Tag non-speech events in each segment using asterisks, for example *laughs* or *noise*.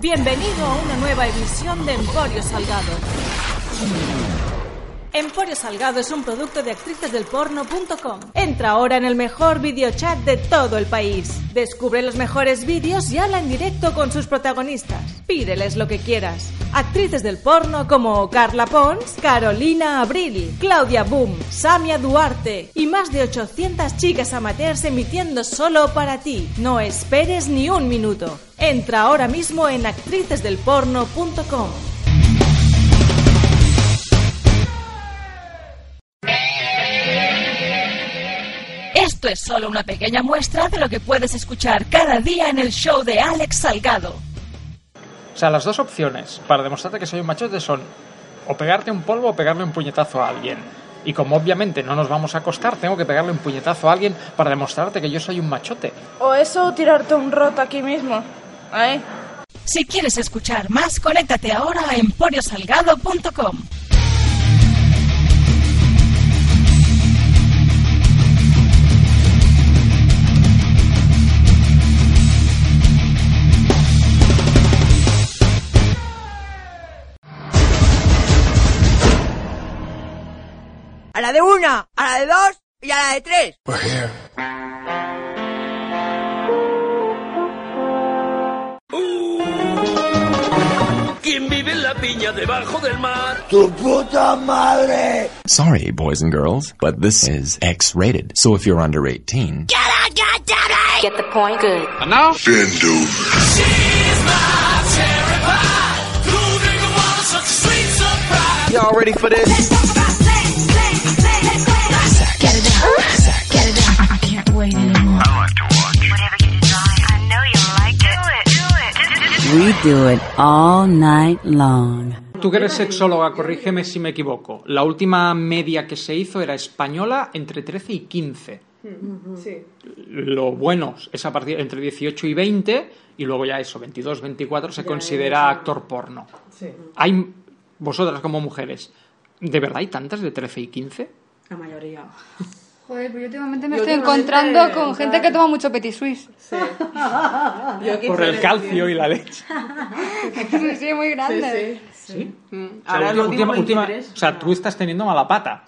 Bienvenido a una nueva edición de Emporio Salgado. Emporio Salgado es un producto de actricesdelporno.com. Entra ahora en el mejor videochat de todo el país. Descubre los mejores vídeos y habla en directo con sus protagonistas. Pídeles lo que quieras. Actrices del porno como Carla Pons, Carolina Abril, Claudia Boom, Samia Duarte y más de 800 chicas amateurs emitiendo solo para ti. No esperes ni un minuto. Entra ahora mismo en actricesdelporno.com. Esto es solo una pequeña muestra de lo que puedes escuchar cada día en el show de Alex Salgado. O sea, las dos opciones para demostrarte que soy un machote son o pegarte un polvo o pegarle un puñetazo a alguien. Y como obviamente no nos vamos a acostar, tengo que pegarle un puñetazo a alguien para demostrarte que yo soy un machote. O eso, o tirarte un roto aquí mismo. Ahí. Si quieres escuchar más, conéctate ahora a emporiosalgado.com. a la de una, a la de dos y a la de tres. ¿Quién vive en la piña debajo del mar? Sorry, boys and girls, but this is X rated. So if you're under 18, Get the point good. We do it all night long. Tú que eres sexóloga, corrígeme si me equivoco. La última media que se hizo era española entre 13 y 15. Sí. Lo bueno es a partir entre 18 y 20 y luego ya eso, 22, 24 se considera actor porno. Sí. Hay vosotras como mujeres, ¿de verdad hay tantas de 13 y 15? La mayoría. Joder, pero yo últimamente me Yo estoy últimamente, encontrando con o sea, gente que toma mucho Petit Suisse. *laughs* Yo aquí Por el estoy- calcio y la leche. Sí, sí, muy Sí, grande. sí. Sí. O sea, Ahora última- lo último última- última- o sea, tú estás teniendo mala pata.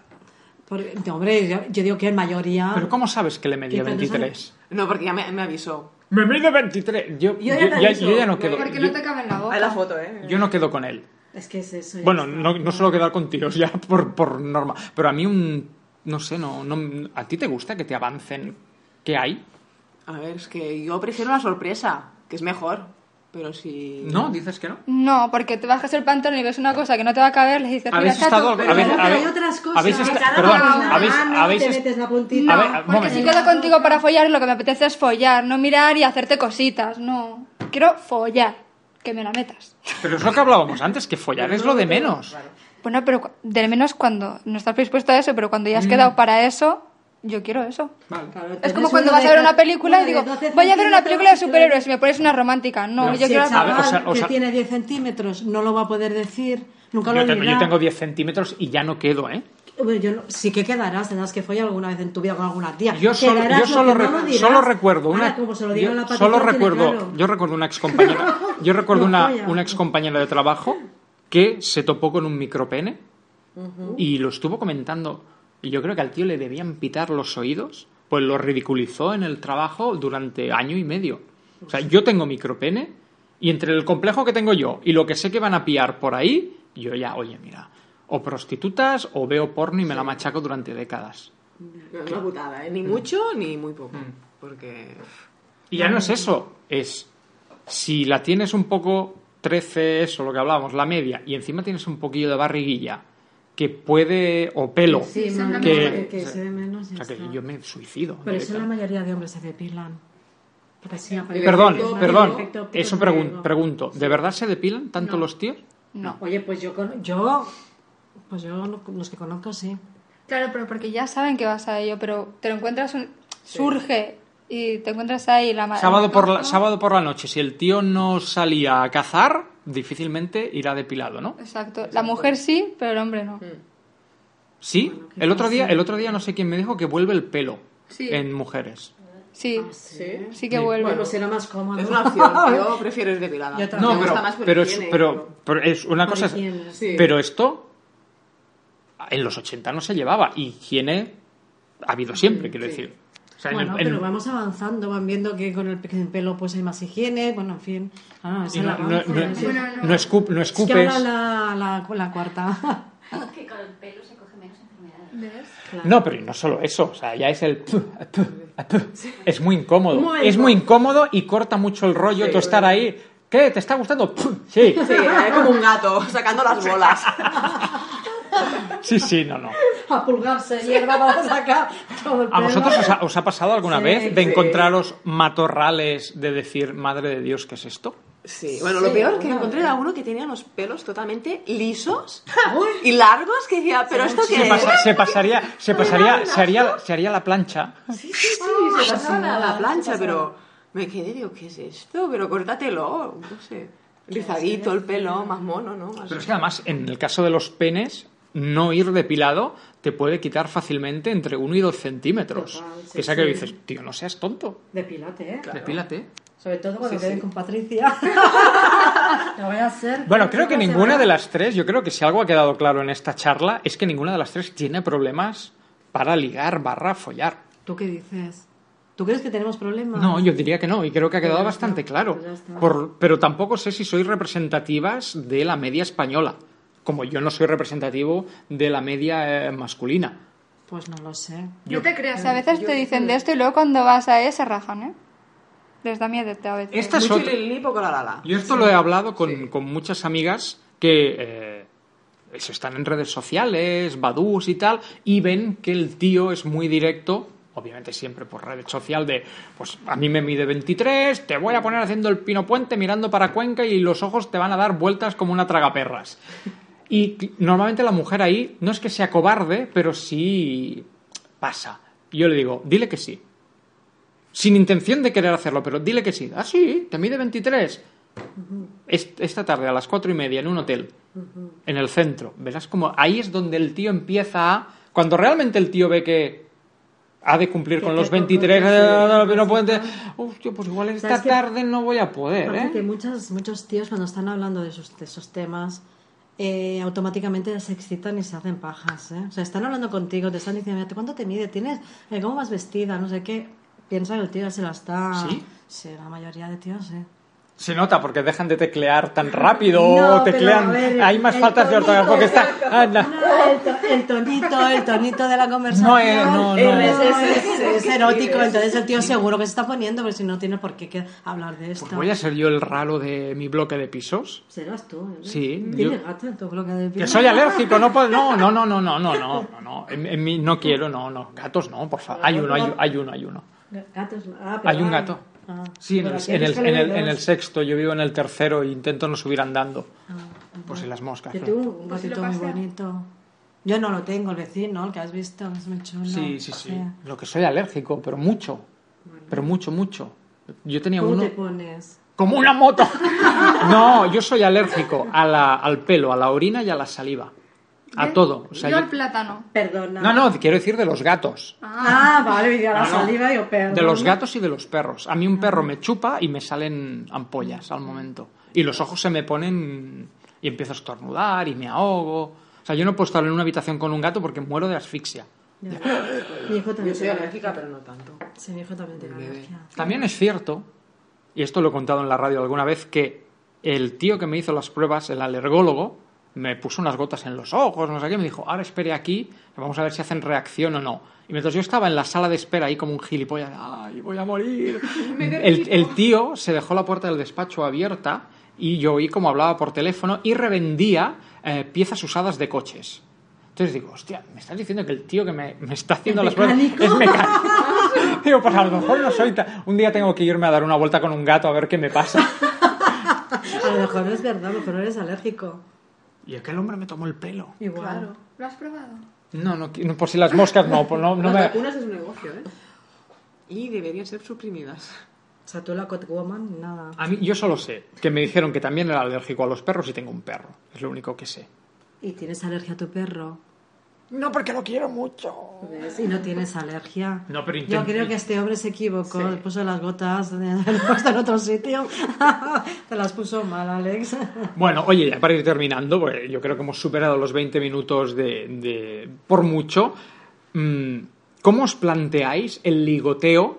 Porque, no, hombre, yo, yo digo que en mayoría. Pero ¿cómo sabes que le medía 23? No, porque ya me, me avisó. Me mide 23. Yo, Yo ya yo- te ya- aviso. yo ya no quedo. Porque yo- no te cabe en la boca. Ahí la foto, ¿eh? yo no quedo con él. Es que es eso. ya Bueno, está. no, no suelo quedar con tíos ya *laughs* por, por norma. Pero a mí un... No sé, no, no... ¿A ti te gusta que te avancen? ¿Qué hay? A ver, es que yo prefiero una sorpresa, que es mejor. Pero si. ¿No? ¿Dices que no? No, porque te bajas el pantalón y ves una cosa que no te va a caber, le dices, mira, ¿Habéis chato, estado... pero habéis- Pero habéis- hay otras cosas. habéis esta- Cada Perdón, cosa es una habéis... mano, habéis te est- metes la puntita. A ver, un porque si momento. quedo contigo para follar, lo que me apetece es follar, no mirar y hacerte cositas, no. Quiero follar, que me la metas. Pero es lo que hablábamos antes, que follar es lo de menos. Bueno, pero cu- de menos cuando no estás dispuesto a eso, pero cuando Mm. ya has quedado para eso, yo quiero eso. Claro, Es tenés como uno cuando de vas a ver ca- una película uno de y digo, 12 voy a ver una centímetros, película de claro. superhéroes y me pones una romántica. No, Pero yo si quiero el la- A ver, o chaval sea, o sea- que tiene 10 centímetros no lo va a poder decir, nunca lo Yo tengo, yo dirá. tengo 10 centímetros y ya no quedo, ¿eh? Hombre, yo no- sí que quedarás, tendrás que follar alguna vez en tu vida con alguna tía. Yo solo, Quedarás, yo lo solo, que no recu- lo dirás. solo recuerdo Ahora, una. como se lo yo digan la solo patita, tiene recuerdo, claro. yo recuerdo una *laughs* excompañera. Yo recuerdo No, una, joya. una excompañera de trabajo que se topó con un micropene y lo estuvo comentando. Y yo creo que al tío le debían pitar los oídos, pues lo ridiculizó en el trabajo durante año y medio. O sea, yo tengo micropene y entre el complejo que tengo yo y lo que sé que van a pillar por ahí, yo ya, oye, mira, o prostitutas o veo porno y me la machaco durante décadas. No es una putada, ¿eh? Ni mucho ni muy poco. Mm. Porque. Y ya no es eso, es si la tienes un poco 13, eso lo que hablábamos, la media, y encima tienes un poquillo de barriguilla que puede, o pelo, Sí, Sí, mamá, que- que, que se dé menos. o ya sea que está. yo me suicido. Pero eso la directamente. mayoría de hombres se depilan. Porque sí, aparece- Perdón, es más perdón, perfecto, porque eso no pregun- digo. pregunto, ¿de verdad se depilan tanto los tíos? No. Oye, pues yo, con- yo, pues yo no- los que conozco sí. Claro, pero porque ya saben que vas a ello, pero te lo encuentras, un- surge y te encuentras ahí la madre. Sábado por, la, sábado por la noche, si el tío no salía a cazar, difícilmente irá depilado, ¿no? Exacto. La mujer sí, pero el hombre no. Sí, el otro día, el otro día no sé quién me dijo que vuelve el pelo en mujeres. Sí. ¿Sí? Sí que vuelve. Bueno, ¿Eh? será más cómodo. Es *laughs* una opción. Yo prefiero ir depilada. Yo también. Me No, gusta pero, más por pero, es, higiene, pero, pero es una Por cosa. es- higiene, sí. Pero esto en los 80 no se llevaba. Higiene ha habido siempre, quiero sí. decir. O sea, en Mm, Bueno, el- en- pero vamos avanzando, van viendo que con el pelo pues hay más higiene, bueno, en fin. Ah, esa y es no, la no, avanza, no- sí. no escup- no Es que escupes. ahora la, la, la cuarta. Que con el pelo se coge menos enfermedades. No, pero no solo eso. O sea, ya es el. tu, a tu, a tu. Es muy incómodo. Un momento. Es muy incómodo y corta mucho el rollo tú estar ahí. ¿Qué? ¿Te está gustando? Sí. *laughs* Sí, eh, como un gato, sacando las bolas. Sí, sí, no, no. *laughs* A pulgarse hierba para sacar todo el pelo. ¿A vosotros os ha, os ha pasado alguna Sí, vez de sí. encontraros matorrales de decir, madre de Dios, ¿qué es esto? Sí, bueno, lo peor que encontré era uno que tenía los pelos totalmente lisos y largos que decía, pero esto qué Se, es? pasa- se pasaría, se pasaría, se haría, se haría la plancha. Se Ah, pasaban a la plancha, pero me quedé, digo, ¿qué es esto? Pero córtatelo, no sé. Rizadito el pelo, más mono, ¿no? Más- Pero es que además, en el caso de los penes, no ir depilado te puede quitar fácilmente entre 1 y 2 centímetros. Total, sí, Esa que sí. dices, tío, no seas tonto. Depílate, ¿eh? Depílate. Sobre todo cuando Sí, queden sí. con Patricia. Lo voy a hacer. Bueno, creo que No se ninguna va. de las tres, yo creo que si algo ha quedado claro en esta charla, es que ninguna de las tres tiene problemas para ligar barra follar. ¿Tú qué dices? ¿Tú crees que tenemos problemas? No, yo diría que no, y creo que ha quedado ya bastante está, claro. pues ya está. Por- pero tampoco sé si sois representativas de la media española, como yo no soy representativo de la media eh, masculina. Pues no lo sé. No te creas, a veces te dicen de esto y luego cuando vas a él se rajan, ¿eh? Les da miedo a veces. Esta es Mucho otra- lilí, poco la la la. Yo esto lo he hablado con, con muchas amigas que eh, eso, están en redes sociales, badús y tal, y ven que el tío es muy directo, obviamente siempre por red social, de pues a mí me mide 23, te voy a poner haciendo el pino puente mirando para Cuenca y los ojos te van a dar vueltas como una tragaperras. Y cl- normalmente la mujer ahí no es que sea cobarde, pero sí pasa. Yo le digo, dile que sí. Sin intención de querer hacerlo, pero dile que sí. Ah, sí, te mide 23. Est- Esta tarde a las cuatro y media en un hotel, en el centro. Verás como ahí es donde el tío empieza a... Cuando realmente el tío ve que ha de cumplir Que con te los 23, toca, eh, sí, no sí, puede... sí. Hostia, pues igual esta ¿Sabes qué? tarde no voy a poder, Aparte ¿eh? que muchas, muchos tíos cuando están hablando de esos, de esos temas eh, automáticamente se excitan y se hacen pajas. ¿eh? O sea, están hablando contigo, te están diciendo, "Mira, ¿cuánto te mide? ¿Tienes? eh, ¿Cómo vas vestida? No sé qué. Piensa que el tío ya se la está... ¿Sí? la mayoría de tíos, sí. Se nota porque dejan de *laughs* teclear tan rápido, No, pero teclean. a ver, Hay más el faltas de tonito, ortografía porque está. Ah, no. No, el, to- el tonito, el tonito de la conversación. No, eh, no, no. es, es erótico, entonces el tío seguro que se está poniendo, pero si no tiene por qué que- hablar de esto. Pues voy a ser yo el raro de mi bloque de pisos. Serás tú. ¿eh? Sí, Tiene yo- gato en tu bloque de Que soy alérgico, no puedo. No, no, no, no, no, no, no, no, no. En, en mí no quiero, no, no. Gatos no, por favor. Hay uno, hay, hay uno, hay uno. Gatos, ah, pero Hay un ah, gato. ah. Sí, en Pero el, aquí en el- es que en el- hay en el dos. sexto. Yo vivo en el tercero e intento no subir andando. Ah, Por si Pues las moscas. Yo claro. tengo un Pues gatito muy bonito. Yo no lo tengo, el vecino, el que has visto, es muy chulo. Sí, sí, sí. sea, Lo que soy alérgico, pero mucho. Pero mucho, mucho. Yo tenía ¿Cómo uno. te pones? ¡Como una moto! No, yo soy alérgico a la- al pelo, a la orina y a la saliva. A todo. O sea, Yo yo- al plátano. Perdona. No, no, quiero decir de los gatos. Ah, vale, me dio la No, no. saliva y yo perdón. De los gatos y de los perros. A mí un perro me chupa y me salen ampollas al momento. Y los ojos se me ponen y empiezo a estornudar y me ahogo. O sea, yo no puedo estar en una habitación con un gato porque muero de asfixia. Mi hijo también Yo soy tiene alérgica, pero no tanto. Sí, mi hijo también tiene alergia. También es cierto, y esto lo he contado en la radio alguna vez, que el tío que me hizo las pruebas, el alergólogo, me puso unas gotas en los ojos, no sé qué, me dijo, ahora espere aquí, vamos a ver si hacen reacción o no. Y mientras yo estaba en la sala de espera ahí como un gilipollas, ¡ay, voy a morir! el, el tío se dejó la puerta del despacho abierta y yo oí como hablaba por teléfono y revendía eh, piezas usadas de coches. Entonces digo, hostia, me estás diciendo que el tío que me, me está haciendo las pruebas mecánico? es mecánico. *laughs* Digo, pues a lo mejor no soy tan... Un día tengo que irme a dar una vuelta con un gato a ver qué me pasa. A lo mejor es verdad, a lo mejor eres alérgico. Y aquel hombre me tomó el pelo. Igual. ¿Lo has probado? No, no, qui- no, por si las moscas no, por no, no Las me... vacunas es un negocio, ¿eh? Y deberían ser suprimidas. O sea, tú la Catwoman, nada. A mí, yo solo sé que me dijeron que también era alérgico a los perros y tengo un perro. Es lo único que sé. ¿Y tienes alergia a tu perro? No, porque lo quiero mucho. ¿Ves? Y no tienes alergia. No, pero Yo intent- creo que este hombre se equivocó. Le puso las gotas de- *laughs* de- puesto en otro sitio. *laughs* Te las puso mal, Alex. Bueno, oye, ya para ir terminando, porque yo creo que hemos superado los 20 minutos de, de- por mucho. mm, ¿Cómo os planteáis el ligoteo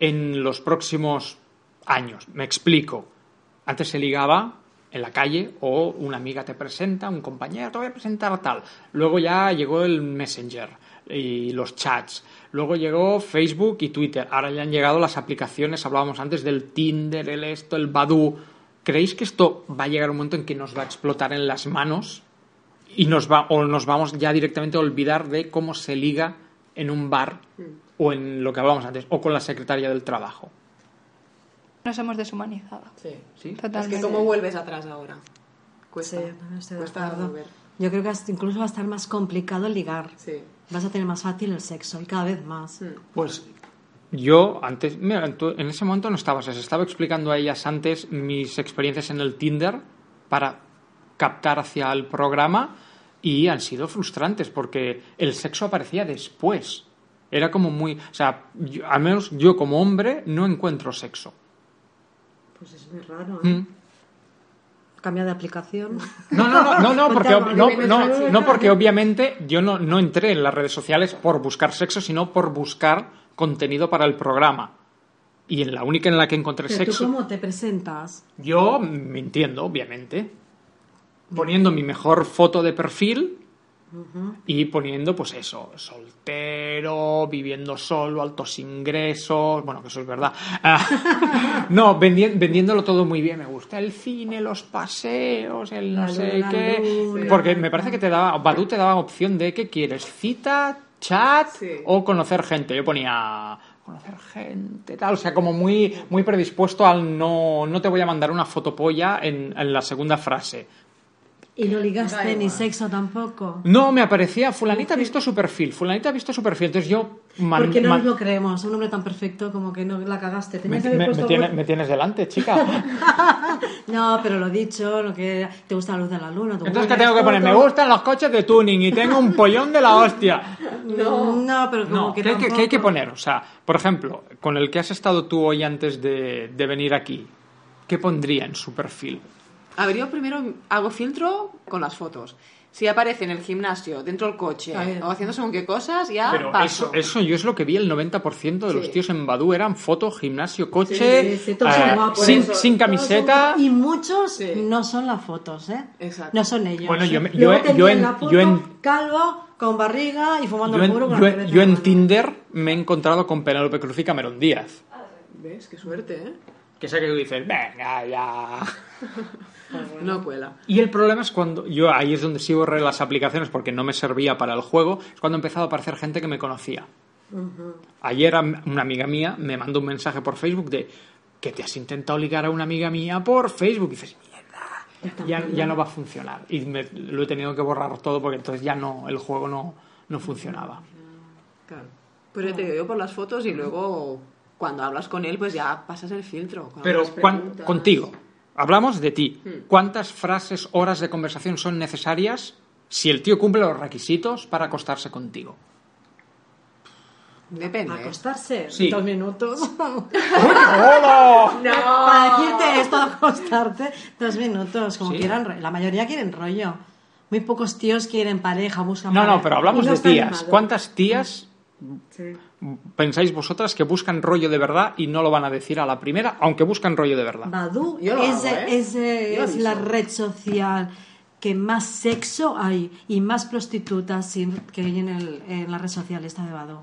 en los próximos años? Me explico. Antes se ligaba en la calle o una amiga te presenta, un compañero te voy a presentar tal. Luego ya llegó el Messenger y los chats. Luego llegó Facebook y Twitter. Ahora ya han llegado las aplicaciones, hablábamos antes del Tinder, el esto, el Badoo. ¿Creéis que esto va a llegar un momento en que nos va a explotar en las manos y nos va o nos vamos ya directamente a olvidar de cómo se liga en un bar o en lo que hablábamos antes o con la secretaria del trabajo? Nos hemos deshumanizado. Sí, sí. Totalmente. Es que cómo vuelves atrás ahora. Cuesta. Sí, yo también estoy de Cuesta acuerdo. volver. Yo creo que hasta- incluso va a estar más complicado ligar. Sí. Vas a tener más fácil el sexo y cada vez más. Pues yo antes, mira, tú en ese momento no estabas, os estaba explicando a ellas antes mis experiencias en el Tinder para captar hacia el programa y han sido frustrantes porque el sexo aparecía después. Era como muy, o sea, yo- al menos yo como hombre no encuentro sexo. Pues es muy raro, ¿eh? Mm. Cambia de *laughs* aplicación. No, no, no, *laughs* no, no, porque, Ponte algo, no, dime, no, Francis. no, porque obviamente yo no, no entré en las redes sociales por buscar sexo, sino por buscar contenido para el programa. Y en la única en la que encontré Pero tú Pues sexo, cómo te presentas. yo mintiendo, obviamente, poniendo mi mejor foto de perfil y poniendo, pues eso, soltero, viviendo solo, altos ingresos, bueno, que eso es verdad. Ah, *laughs* no, vendi- vendiéndolo todo muy bien, me gusta el cine, los paseos, el no La sé luna, qué. luna. porque me parece que te daba, Badu te daba opción de qué quieres, cita, chat o conocer gente. Yo ponía conocer gente, tal, o sea, como muy, muy predispuesto al no, no te voy a mandar una fotopolla en, en la segunda frase. Y Eh, no ligaste ni sexo tampoco. No, me aparecía, fulanita ha visto su perfil, fulanita ha visto su perfil, entonces yo... man- Porque no man- nos lo creemos. Un hombre tan perfecto como que no la cagaste. me, Tenías que me- haber me puesto tiene- algo- me tienes *laughs* delante, chica. No, pero lo dicho, lo que te gusta la luz de la luna. tu Entonces, ¿qué huele, tengo que esto, poner? Me todo. gustan los coches de tuning y tengo un pollón de la hostia. No, no, pero como No, que ¿qué, hay que- tampoco. qué hay que poner? O sea, por ejemplo, con el que has estado tú hoy antes de, de venir aquí, ¿qué pondría en su perfil? A ver, yo primero hago filtro con las fotos. Si aparece en el gimnasio, dentro del coche, Está bien. o haciendo según qué cosas, ya Pero paso. eso, eso yo es lo que vi, el 90% de los Sí. tíos en Badú eran foto, gimnasio, Sí, coche, sí, todos eh, son guapos. sin, Todos sin son- camiseta. Y muchos no son las fotos, ¿eh? No son ellos. Bueno, yo me- Luego yo- te yo envían en- la foto yo en- calvo, con barriga y fumando Yo en, puro con yo la en- cerveza. yo en Tinder me he encontrado con Penélope Cruz y Cameron Díaz. ¿Ves? Qué suerte, ¿eh? Que sea que tú dices, venga ya. No cuela. Y el problema es cuando. Yo ahí es donde sí borré las aplicaciones porque no me servía para el juego. Es cuando ha empezado a aparecer gente que me conocía. Ayer am- una amiga mía me mandó un mensaje por Facebook de que te has intentado ligar a una amiga mía por Facebook. Y dices, mierda, ya, ya no va a funcionar. Y me- lo he tenido que borrar todo porque entonces ya no, el juego no, no funcionaba. Claro. Pues ya te digo yo por las fotos y luego cuando hablas con él, pues ya pasas el filtro. con Pero algunas cuan- preguntas. contigo, hablamos de ti. Hmm. ¿Cuántas frases, horas de conversación son necesarias si el tío cumple los requisitos para acostarse contigo? Depende. ¿eh? Acostarse Sí. dos minutos. ¡Hola! No. *laughs* Para decirte esto, acostarte dos minutos. Como Sí. quieran, ro- la mayoría quieren rollo. Muy pocos tíos quieren pareja, buscan No, pareja. no, pero hablamos Y no de está tías. animado. ¿Cuántas tías Sí. pensáis vosotras que buscan rollo de verdad y no lo van a decir a la primera, aunque buscan rollo de verdad? Badoo Yo lo es, hago, ¿eh? es, eh, Yo es la aviso. red social que más sexo hay y más prostitutas sin- que hay en, el- en la red social esta de Badoo.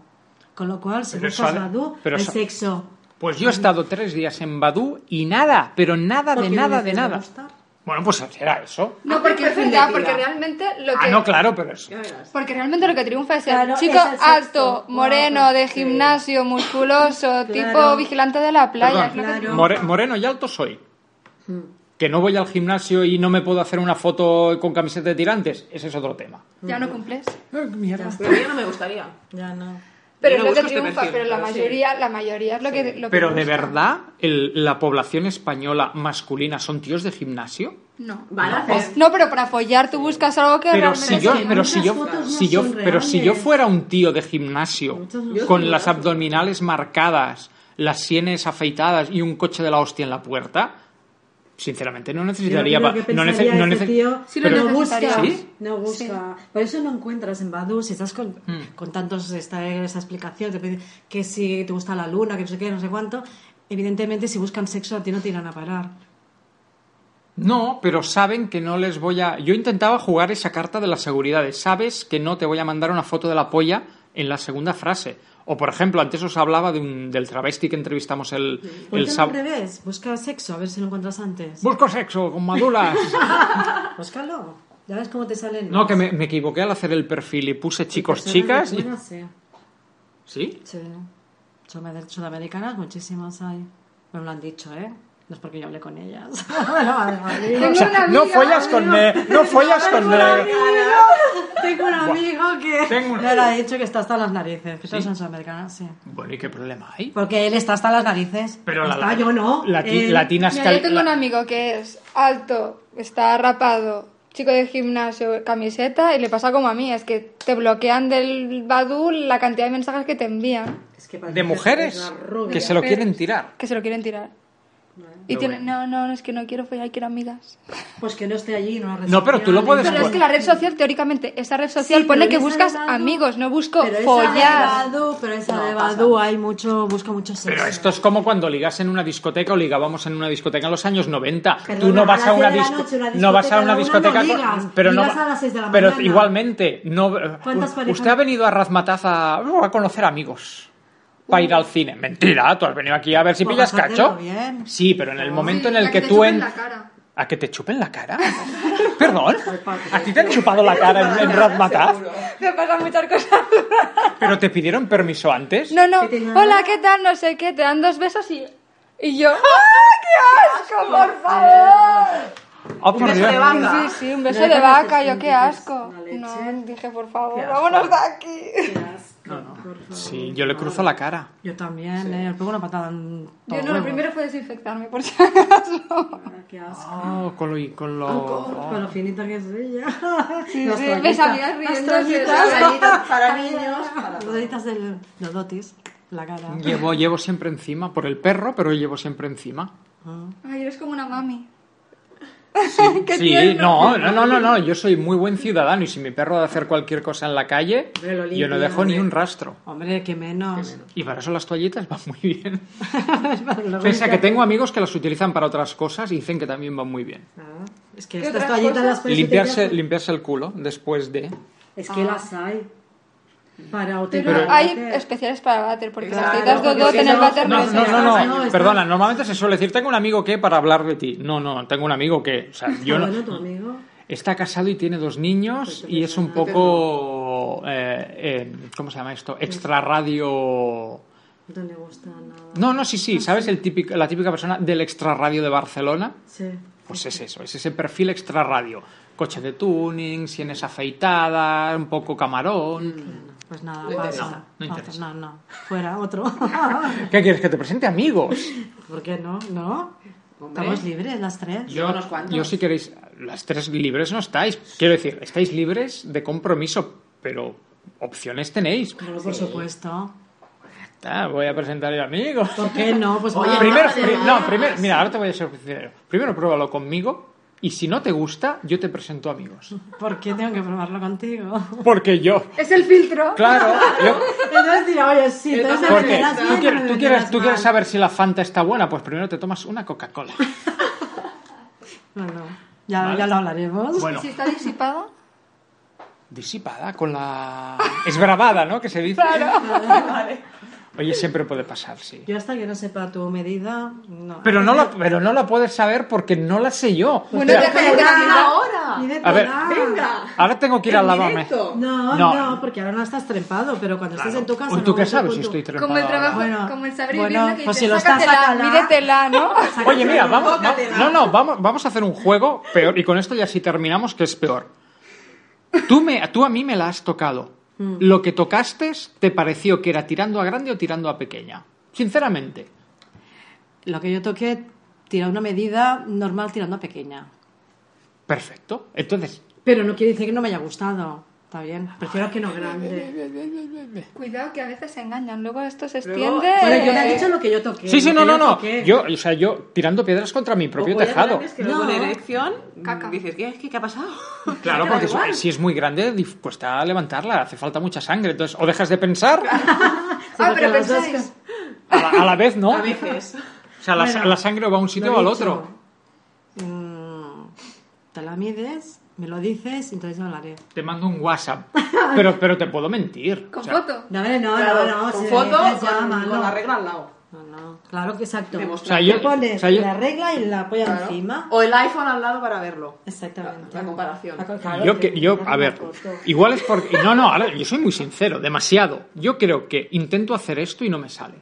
Con lo cual, si Pero eso buscas ha- Badoo, pero hay eso- sexo. Pues yo he estado tres días en Badú y nada, pero nada de Porque nada dices, de ¿me nada. gusta? Bueno, pues será eso. No, porque es perfil de verdad, tía. porque realmente lo que... Ah, no, claro, pero eso. Porque realmente lo que triunfa es el Claro, chico es el sexo, alto, guapo, moreno, de gimnasio, musculoso, tipo vigilante de la Perdón, playa. es lo que triunfa. more- moreno y alto soy. Mm. Que no voy al gimnasio y no me puedo hacer una foto con camiseta de tirantes, ese es otro tema. Ya no cumples. Mierda. Pero a mí ya no me gustaría. Ya no. Pero es no lo que busco este triunfa, perfil, pero la pero sí. mayoría, la mayoría es lo que, lo que Pero de triunfa. verdad, el- la población española masculina son tíos de gimnasio. No. Van a hacer- No, pero para follar tú buscas algo que Pero realmente si yo, se- pero si yo, si yo, pero si yo fuera un tío de gimnasio no con son las abdominales marcadas, las sienes afeitadas y un coche de la hostia en la puerta, sinceramente no necesitaría, Yo creo pa- que no pensaría nece- no este nece- tío, pero- no busca, ¿Sí? Mm. no busca. Por eso no encuentras en Badu, si estás con, con tantos esta, esa explicación, te piden que si te gusta la luna, que no sé qué, no sé cuánto. Evidentemente, si buscan sexo, a ti no te irán a parar. No, pero saben que no les voy a. Yo intentaba jugar esa carta de las seguridades. Sabes que no te voy a mandar una foto de la polla en la segunda frase. O, por ejemplo, antes os hablaba de un- del travesti que entrevistamos el, el Póntelo Pues al sábado. revés, busca sexo, a ver si lo encuentras antes. Busco sexo con madulas. *laughs* Búscalo, ya ves cómo te salen. No, que me, me equivoqué al hacer el perfil y puse chicos, Personas chicas. y- latinas, sí. ¿Sí? Sí. Sudameric- Sudamericanas, muchísimas hay. Me lo han dicho, ¿eh? No es porque yo hable con ellas. *laughs* Tengo O sea, una no amiga, follas con amigo. ne- no follas con Tengo un ne- amigo- Tengo un Buah. amigo que Tengo un- me lo ha dicho que está hasta las narices. Que ¿Sí? todas son sudamericanas, sí. Bueno, ¿y qué problema hay? Porque él está hasta las narices. Pues Pero la- está, la- yo no. lati- Él- latinas Eh, Mira, cal- yo tengo la- un amigo que es alto, está rapado, chico de gimnasio, camiseta, y le pasa como a mí, es que te bloquean del Badu la cantidad de mensajes que te envían, de mujeres que se lo Mujeres. quieren tirar. que se lo quieren tirar. Y Pero tiene, no, no, es que no quiero follar, quiero amigas. Pues que no esté allí, no la No, pero tú lo puedes Pero es jugar. que la red social, teóricamente, esa red social pone pero que en esa buscas de Badoo- amigos, no busco Pero esa de follar. Badoo, pero esa de Badu hay mucho, busca mucho sexo. Pero esto es como cuando ligas en una discoteca o ligábamos en una discoteca en los años 90. Tú Perdona, no vas a a las una, diez de la disco- noche, una no vas a discoteca a una la una no discoteca, ligas, con- pero no ligas va- a las seis de la pero mañana. igualmente no. eh, ¿Cuántas u- parejas- Usted ha venido a Razmataz a, a conocer amigos para ir al cine. Mentira, tú has venido aquí a ver si Pues pillas bastante cacho. bien. Sí, pero en el momento en el que, tú en- a que te chupen la cara. Perdón, Pues a ti te han chupado la cara en, en Razmataz, Me pasan muchas cosas. pero te pidieron permiso antes. No, no, hola, ¿qué tal? No sé qué, te dan dos besos y... Y yo, *laughs* ¡ah, qué asco, por favor! Oh, por Dios. Sí, sí, un beso de vaca, yo qué asco. No, dije, por favor, vámonos de aquí. Sí, yo le cruzo la cara. Yo también, ¿eh? Le pego una patada en todo Yo no, huevo. lo primero fue desinfectarme, por si acaso. Qué asco. Oh, con lo... Con lo... oh. Con lo finita que es ella. Sí, Las sí, toallitas. me sabía riendo, Las sí, toallitas. las toallitas para niños, Las toallitas del, los dotis, la cara. *laughs* Llevo, llevo siempre encima, por el perro, pero llevo siempre encima. Ay, eres como una mami. Qué Sí, no, tierno. no, no, no, no, yo soy muy buen ciudadano y si mi perro de hacer cualquier cosa en la calle, Hombre, lo yo no limpia, dejo ni hombre. un rastro. Hombre, que menos. Y para eso las toallitas van muy bien. Lo Pese a que bonito. tengo amigos que las utilizan para otras cosas y dicen que también van muy bien. Ah, Es que ¿Qué estas otras toallitas cosas? las puedes Limpiarse, utilizar- limpiarse el culo después de... Es que las hay. Para Pero utilizar. hay especiales para váter, porque las Claro, teitas de porque dot si en el no- váter No, no, no, se no, no, no, está- perdona, normalmente se suele decir, tengo un amigo que para hablar de ti. No, no, tengo un amigo que... O sea, yo no, Bueno, tu amigo. Está casado y tiene dos niños Pues y es un poco, eh, eh, ¿cómo se llama esto? Extra radio. No le gusta nada. No, no, sí, Ah, sí, ¿sabes? El típico, la típica persona del extra radio de Barcelona. Sí. Pues es eso, es ese perfil extra radio. Coche de tuning, sienes afeitadas, un poco camarón. Pues nada, No, pasa. no Pasa, interesa. no, no. Fuera, otro. ¿Qué quieres? ¿Que te *laughs* presente amigos? ¿Por qué no? ¿No? Estamos libres las tres. yo si queréis, las tres libres no estáis. Quiero decir, estáis libres de compromiso, pero opciones tenéis. Claro, por supuesto. Ah, voy a presentar a mi amigo. ¿Por qué no? Pues Oye, nada. primero, pri- no, primero, mira, ahora te voy a ser sincero. Primero pruébalo conmigo y si no te gusta, yo te presento amigos. ¿Por qué tengo que probarlo contigo? Porque yo, Es el filtro. *laughs* claro, yo- Entonces dirá, oye, sí, te vas a porque meter así, tú no quieres, me tú quieres, meterás tú quieres mal. saber si la Fanta está buena, pues primero te tomas una Coca-Cola. No, no. Ya, Vale. ya lo hablaremos. Bueno. Si está disipada, Disipada con la... Es bravada, ¿no? Que se dice. Oye, siempre puede pasar, sí. Yo hasta que no sepa tu medida, no. Pero no, la, pero no la puedes saber porque no la sé yo. Bueno, O sea, ya- Pero nada, ahora. Ni de A ver. toda. ahora tengo que ir al lavame. No, No. no, porque ahora no estás trempado, pero cuando estés en tu casa... ¿Tú no, qué no, sabes con si tu- estoy trempada? como el trabajo, Bueno, como el saber bueno, vivir lo que pues dices, si lo estás sácatela, sacando- *laughs* mídetela, ¿no? Oye, mira, vamos, va- no, no, vamos, vamos a hacer un juego peor y con esto ya sí terminamos que es peor. Tú, me, tú a mí me la has tocado. Lo que tocaste te pareció que era tirando a grande o tirando a pequeña. Sinceramente. Lo que yo toqué, tira una medida normal tirando a pequeña. Perfecto. Entonces, Pero no quiere decir que no me haya gustado. Está bien. Prefiero que no grande. Cuidado que a veces se engañan, luego esto se extiende. Luego- eh, Bueno, yo le he dicho lo que yo toqué. Sí, sí, lo que no, no, yo no. toqué. Yo, o sea, yo tirando piedras contra mi propio tejado. que luego No. en erección mm, dices, ¿qué, qué, qué ha pasado? *laughs* Claro, Da porque igual. si es muy grande, dif- cuesta levantarla, hace falta mucha sangre. Entonces, o dejas de pensar, Ah, pero las dos pensáis. a la, a la vez, ¿no? A veces. O sea, la, Bueno, la sangre va a un sitio lo o he al dicho. otro. Mm, te la mides, me lo dices, entonces yo hablaré. Te mando un WhatsApp. Pero, pero te puedo mentir. Con O sea, foto. No, hombre, no, Claro, no, no. con si foto, la mides, con, llama, con no. la regla al lado. No, no, claro que exacto. Demostrar. O sea, yo- Te pones o sea, yo- la regla y la apoya encima. O el iPhone al lado para verlo. Exactamente. La comparación. La co- claro, Yo, que, te- yo, te a ver, foto. igual es porque... No, no, ahora yo soy muy sincero, demasiado. Yo creo que intento hacer esto y no me sale.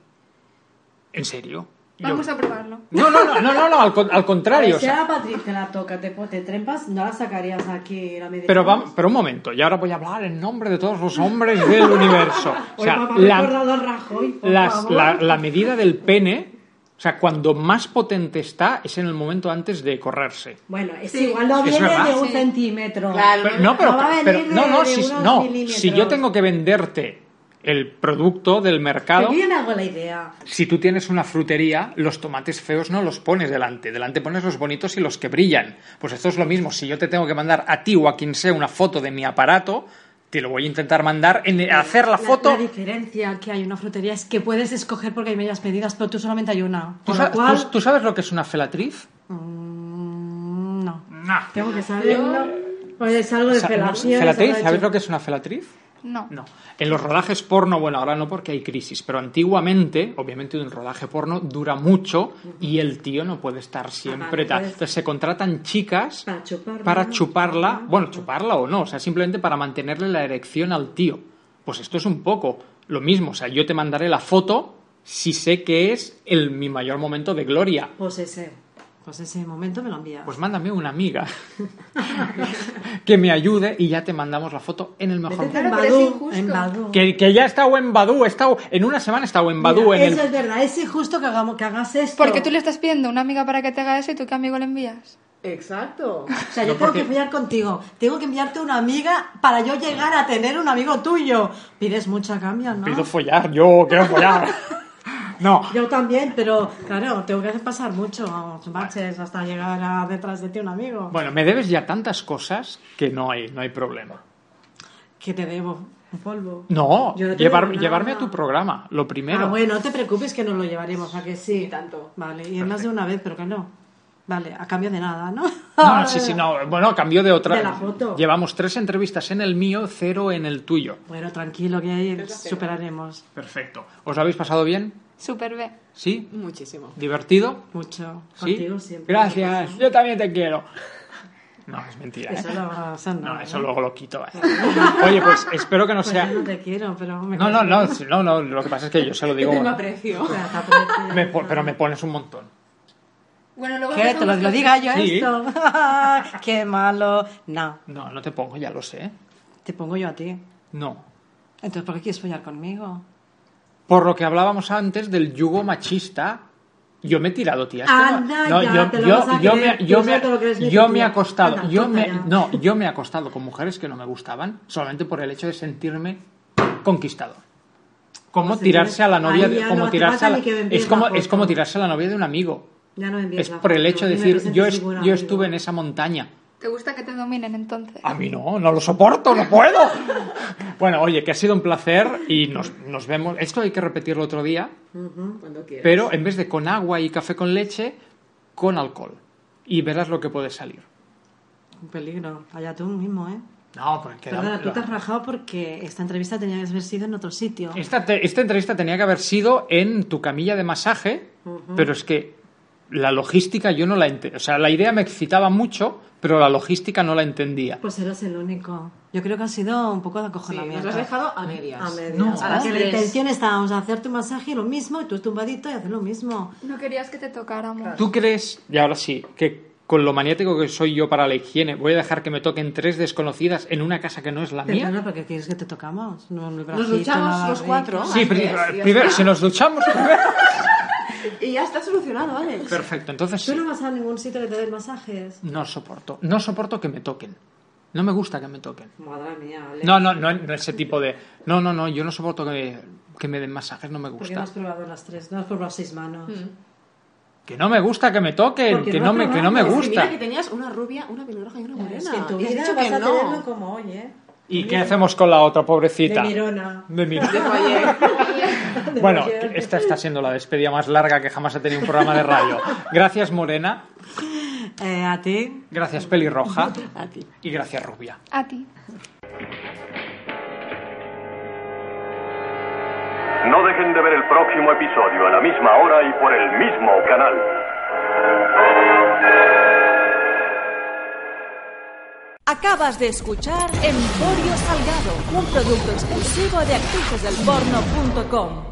En serio. Yo- Vamos a probarlo. No, no, no, no, no, no, al, con- al contrario. o si sea, a la Patrick te la toca, te, te trempas, no la sacarías aquí la medida. Pero, vam- pero un momento, y ahora voy a hablar en nombre de todos los hombres del *laughs* universo. O Hoy sea, papá me ha la, acordado Rajoy, por las- favor. la, la medida del pene, o sea, cuando más potente está es en el momento antes de correrse. Bueno, es Sí. igual, no Es viene verdad. de un Sí. centímetro. Claro. Pero- no, pero, No va a venir pero- no, de- no, de si, unos no, milímetros. si yo tengo que venderte el producto del mercado, Pero yo me hago la idea. si tú tienes una frutería, los tomates feos no los pones delante. Delante pones los bonitos y los que brillan. Pues esto es lo mismo. Si yo te tengo que mandar a ti o a quien sea una foto de mi aparato, te lo voy a intentar mandar en hacer la foto. La, diferencia que hay en una frutería es que puedes escoger porque hay medias medidas, pero tú solamente hay una. ¿Tú, Por sa- lo cual, tú- tú sabes lo que es una felatriz? Pues- Mm, no. No. Tengo que saberlo. Pues es algo de felación. ¿Felatriz? ¿Sabes lo que es una felatriz? No. No. En los rodajes porno, bueno, ahora no porque hay crisis, pero antiguamente, obviamente, un rodaje porno dura mucho y el tío no puede estar siempre Ah, vale, tal. puedes- Entonces se contratan chicas Para chuparla. Ah, para chuparla, bueno, chuparla o no, o sea, simplemente para mantenerle la erección al tío. Pues esto es un poco lo mismo, o sea, yo te mandaré la foto si sé que es el, mi mayor momento de gloria. Pues ese. Pues ese momento me lo envías. Pues mándame *laughs* una amiga *laughs* que me ayude y ya te mandamos la foto en el mejor Métete momento. en Claro, pero es Badoo, injusto. en Badoo. Que, que ya he estado en Badú, he estado, en una semana he estado en Badú. Mira, en eso el... es verdad, es injusto que, hagamos, que hagas esto. Porque tú le estás pidiendo a una amiga para que te haga eso y tú qué amigo le envías. Exacto. O sea, yo tengo No, porque- que follar contigo, tengo que enviarte una amiga para yo llegar a tener un amigo tuyo. Pides mucha cambia, ¿no? Pido follar, yo *laughs* quiero follar. no, Yo también, pero claro, tengo que hacer pasar mucho baches hasta llegar a detrás de ti un amigo. bueno, me debes ya tantas cosas que no hay, no hay problema. ¿Qué te debo? ¿Un polvo? No, Yo no te llevar- debo nada. llevarme a tu programa, lo primero. Ah, bueno, no te preocupes que nos lo llevaremos, ¿a que sí? Y tanto. Vale, y es más de una vez, pero que no. Vale, a cambio de nada, ¿no? No, no, sí, sí, no. Bueno, cambió de otra. Ah, De la foto. Llevamos tres entrevistas en el mío, cero en el tuyo. *laughs* Bueno, tranquilo, que ahí superaremos Perfecto. ¿Os lo habéis pasado bien? Súper B. ¿Sí? Muchísimo. ¿Divertido? mucho. ¿Sí? Contigo siempre. Gracias, yo también te quiero. No, es mentira. ¿eh? Eso lo o sea, no, No, eso ¿eh? luego lo quito. ¿eh? Oye, pues espero que no Pues sea. yo no te quiero, pero me No, no, no, sí, no, no, lo que pasa es que yo se lo digo. Tengo *laughs* aprecio. O sea, te aprecio. Me po- pero me pones un montón. Bueno, luego ¿Qué? ¿Te lo, lo diga yo Sí. esto? *laughs* Qué malo. No, No, no te pongo, ya lo sé. te pongo yo a ti. No. Entonces, ¿por qué quieres follar conmigo? Por lo que hablábamos antes del yugo machista, yo me he tirado, tía. Este Anda no, ya, yo, te lo yo- vas a yo creer, me, tú yo no me- sabes lo que eres ni yo tu me he tía. acostado, Anda, yo corta me, ya. no, yo me he acostado con mujeres que no me gustaban solamente por el hecho de sentirme conquistador. Como Pues tirarse a la novia, ahí de- ya como no hace tirarse falta a la- ni que me envíes es como la es como foto. tirarse a la novia de un amigo. Ya no me envíes Es la por el foto, hecho de ni me decir, presentes yo, es- ningún yo amigo. estuve en esa montaña. ¿Te gusta que te dominen entonces? A mí no, no lo soporto, no puedo. *laughs* Bueno, oye, que ha sido un placer y nos, nos vemos. Esto hay que repetirlo otro día, Cuando quieras. pero en vez de con agua y café con leche, con alcohol. Y verás lo que puede salir. Un peligro. Allá tú mismo, ¿eh? No, pues porque... Perdona, tú te has rajado porque esta entrevista tenía que haber sido en otro sitio. Esta, te- esta entrevista tenía que haber sido en tu camilla de masaje, pero es que la logística yo no la entendía. O sea, la idea me excitaba mucho, pero la logística no la entendía. Pues eras el único. Yo creo que ha sido un poco de Sí, nos acojonamiento. has dejado a medias. a medias. No. A la que la Tres. intención estábamos a hacerte un masaje y lo mismo, y tú tumbadito y hacer lo mismo. No querías que te tocáramos. ¿Tú crees, y ahora sí, que con lo maniático que soy yo para la higiene, voy a dejar que me toquen tres desconocidas en una casa que no es la Pero mía. no, porque quieres que te tocamos. No, el Nos bracito, la duchamos los barriga. cuatro. Sí, las pri- tres, y ya primero, está. si *laughs* nos duchamos primero. Y ya está solucionado, Alex. Perfecto, entonces Tú sí. no vas a ningún sitio que te den masajes. No soporto, no soporto que me toquen. No me gusta que me toquen. Madre mía, Alex. No, no, no, no ese tipo de. No, no, no, yo no soporto que, que me den masajes, no me Porque no gusta. has probado las tres, no has probado seis manos. Mm. Que no me gusta que me toquen, Porque que no no, has me, que no me probado, Pues mira gusta. que tenías una rubia, una pelirroja y una morena. Es que en tu y has vida dicho vas que a tenerlo no. como hoy, ¿eh? ¿Y qué hacemos con la otra, pobrecita? De Mirona. De Mirona. De *laughs* Bueno, Boyer. esta está siendo la despedida más larga que jamás ha tenido un programa de radio. Gracias, Morena. Eh, a ti. Gracias, Pelirroja. Y gracias, Rubia. A ti. No dejen de ver el próximo episodio a la misma hora y por el mismo canal. Acabas de escuchar Emporio Salgado, un producto exclusivo de actricesdelporno.com.